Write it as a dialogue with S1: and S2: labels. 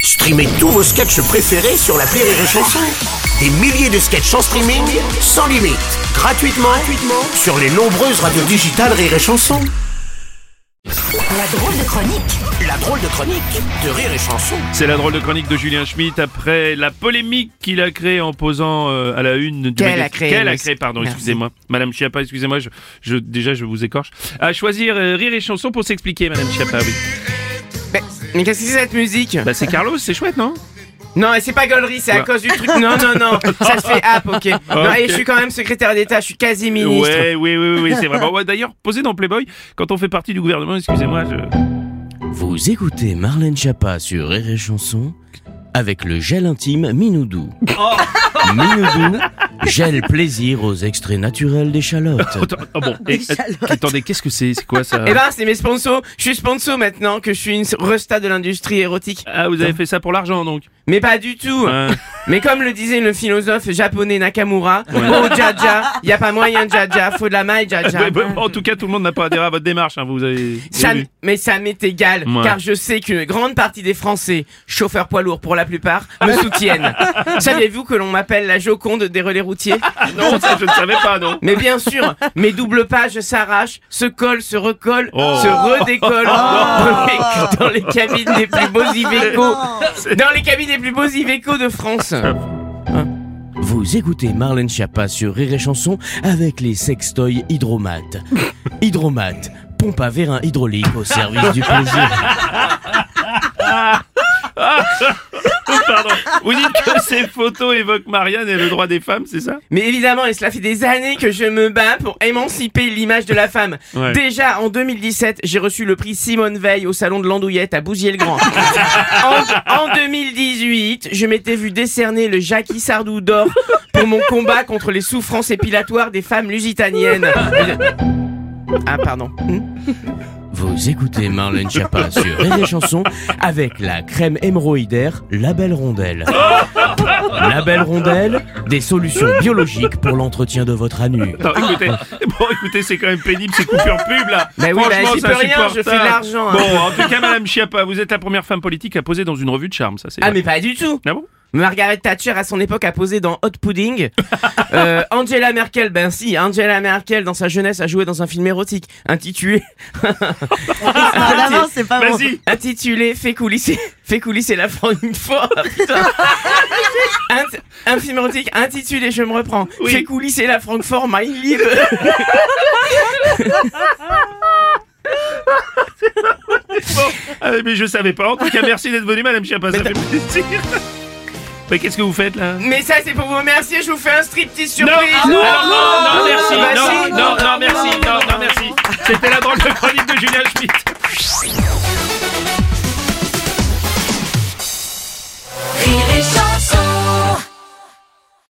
S1: Streamez tous vos sketchs préférés sur la Rire et Chanson. Des milliers de sketchs en streaming, sans limite, gratuitement, gratuitement sur les nombreuses radios digitales Rire et Chanson.
S2: La drôle de chronique
S1: La drôle de chronique de Rire et Chanson.
S3: C'est la drôle de chronique de Julien Schmitt après la polémique qu'il a créée en posant euh, à la une du
S4: Qu'elle
S3: magazine-
S4: a créée,
S3: Qu'elle a
S4: oui.
S3: créée, pardon,
S4: Merci.
S3: excusez-moi. Madame Chiappa, excusez-moi, je, je- déjà je vous écorche. À choisir euh, rire et chanson pour s'expliquer, Madame Chiappa, oui.
S4: Mais, mais qu'est-ce que c'est cette musique
S3: Bah c'est Carlos, c'est chouette, non
S4: Non, et c'est pas gaulerie, c'est à
S3: Ouais.
S4: cause du truc. Non, non, non, ça se fait app, ok. Non, et je suis quand même secrétaire d'État, je suis quasi ministre.
S3: Ouais, oui, oui, oui, oui, c'est vraiment. Ouais, D'ailleurs, posé dans Playboy, quand on fait partie du gouvernement, excusez-moi, je...
S5: Vous écoutez Marlène Chapa sur Rire et Chanson avec le gel intime Minoudou. Minoudou, gel plaisir aux extraits naturels des chalotes.
S3: Attends, ah bon, et- attendez, qu'est-ce que c'est C'est quoi ça
S4: Eh ben, c'est mes sponsors. Je suis sponsor maintenant que je suis une resta de l'industrie érotique.
S3: Ah, vous avez fait ça pour l'argent, donc Hein.
S4: Mais pas du tout.
S3: Ouais.
S4: Mais comme le disait le philosophe japonais Nakamura, oh jaja, y a pas moyen jaja, faut de la maille jaja.
S3: Ouais, bah, En tout cas, tout le monde n'a pas adhéré à votre démarche, hein, vous avez...
S4: Ça
S3: vous
S4: m-
S3: avez-
S4: mais ça m'est égal,
S3: Ouais.
S4: car je sais qu'une grande partie des Français, chauffeurs poids lourds pour la plupart, me soutiennent. Savez-vous que l'on m'appelle la Joconde des relais routiers
S3: Non, ça, je ne savais pas, non
S4: Mais bien sûr, mes doubles pages s'arrachent, se collent, se recollent,
S3: Oh.
S4: se redécollent dans, les, dans les cabines des plus beaux Iveco, dans les cabines des plus beaux Iveco de France.
S5: Vous écoutez Marlène Chapa sur Rire et Chanson avec les sextoys hydromates. Hydromates, pompe à vérin hydraulique au service du plaisir.
S3: Pardon. Vous dites que ces photos évoquent Marianne et le droit des femmes, c'est ça
S4: Mais évidemment, et cela fait des années que je me bats pour émanciper l'image de la femme.
S3: Ouais.
S4: Déjà en 2017, j'ai reçu le prix Simone Veil au salon de l'Andouillette à Bouziers-le-Grand. en, en 2018, je m'étais vu décerner le Jackie Sardou d'or pour mon combat contre les souffrances épilatoires des femmes lusitaniennes. Ah pardon.
S5: Vous écoutez Marlène Chapa sur Rire et Chanson avec la crème hémorroïdaire La Belle Rondelle. La Belle Rondelle, des solutions biologiques pour l'entretien de votre anus.
S3: Attends, écoutez, bon, écoutez, c'est quand même pénible ces coupures pub là.
S4: Mais oui, bah,
S3: Franchement,
S4: j'y
S3: c'est
S4: peux rien, je fais de
S3: insupportable.
S4: l'argent, hein.
S3: Bon, en tout cas, Madame Chiappa, vous êtes la première femme politique à poser dans une revue de charme, ça c'est.
S4: Ah
S3: vrai.
S4: mais pas du tout.
S3: Ah bon
S4: Margaret Thatcher à son époque a posé dans Hot Pudding. Euh, Angela Merkel, ben si, Angela Merkel dans sa jeunesse a joué dans un film érotique intitulé
S6: Apparemment, c'est pas bon.
S3: Vas-y.
S4: intitulé Fais coulisser Fais coulisser la France une fois. Putain. Int- un film érotique intitulé Je me reprends.
S3: Oui.
S4: Fais coulisser la Francfort My Live.
S3: Ah, mais je savais pas. En tout cas, merci d'être venue, Madame Chiappa. Ça fait plaisir. Mais qu'est-ce que vous faites là
S4: Mais ça c'est pour vous remercier. Je vous fais un striptease
S3: non,
S4: surprise.
S3: non, non, non, merci,
S4: bah si,
S3: non, non, non, merci, non, non, merci. C'était la drôle de chronique de Julien Schmitt.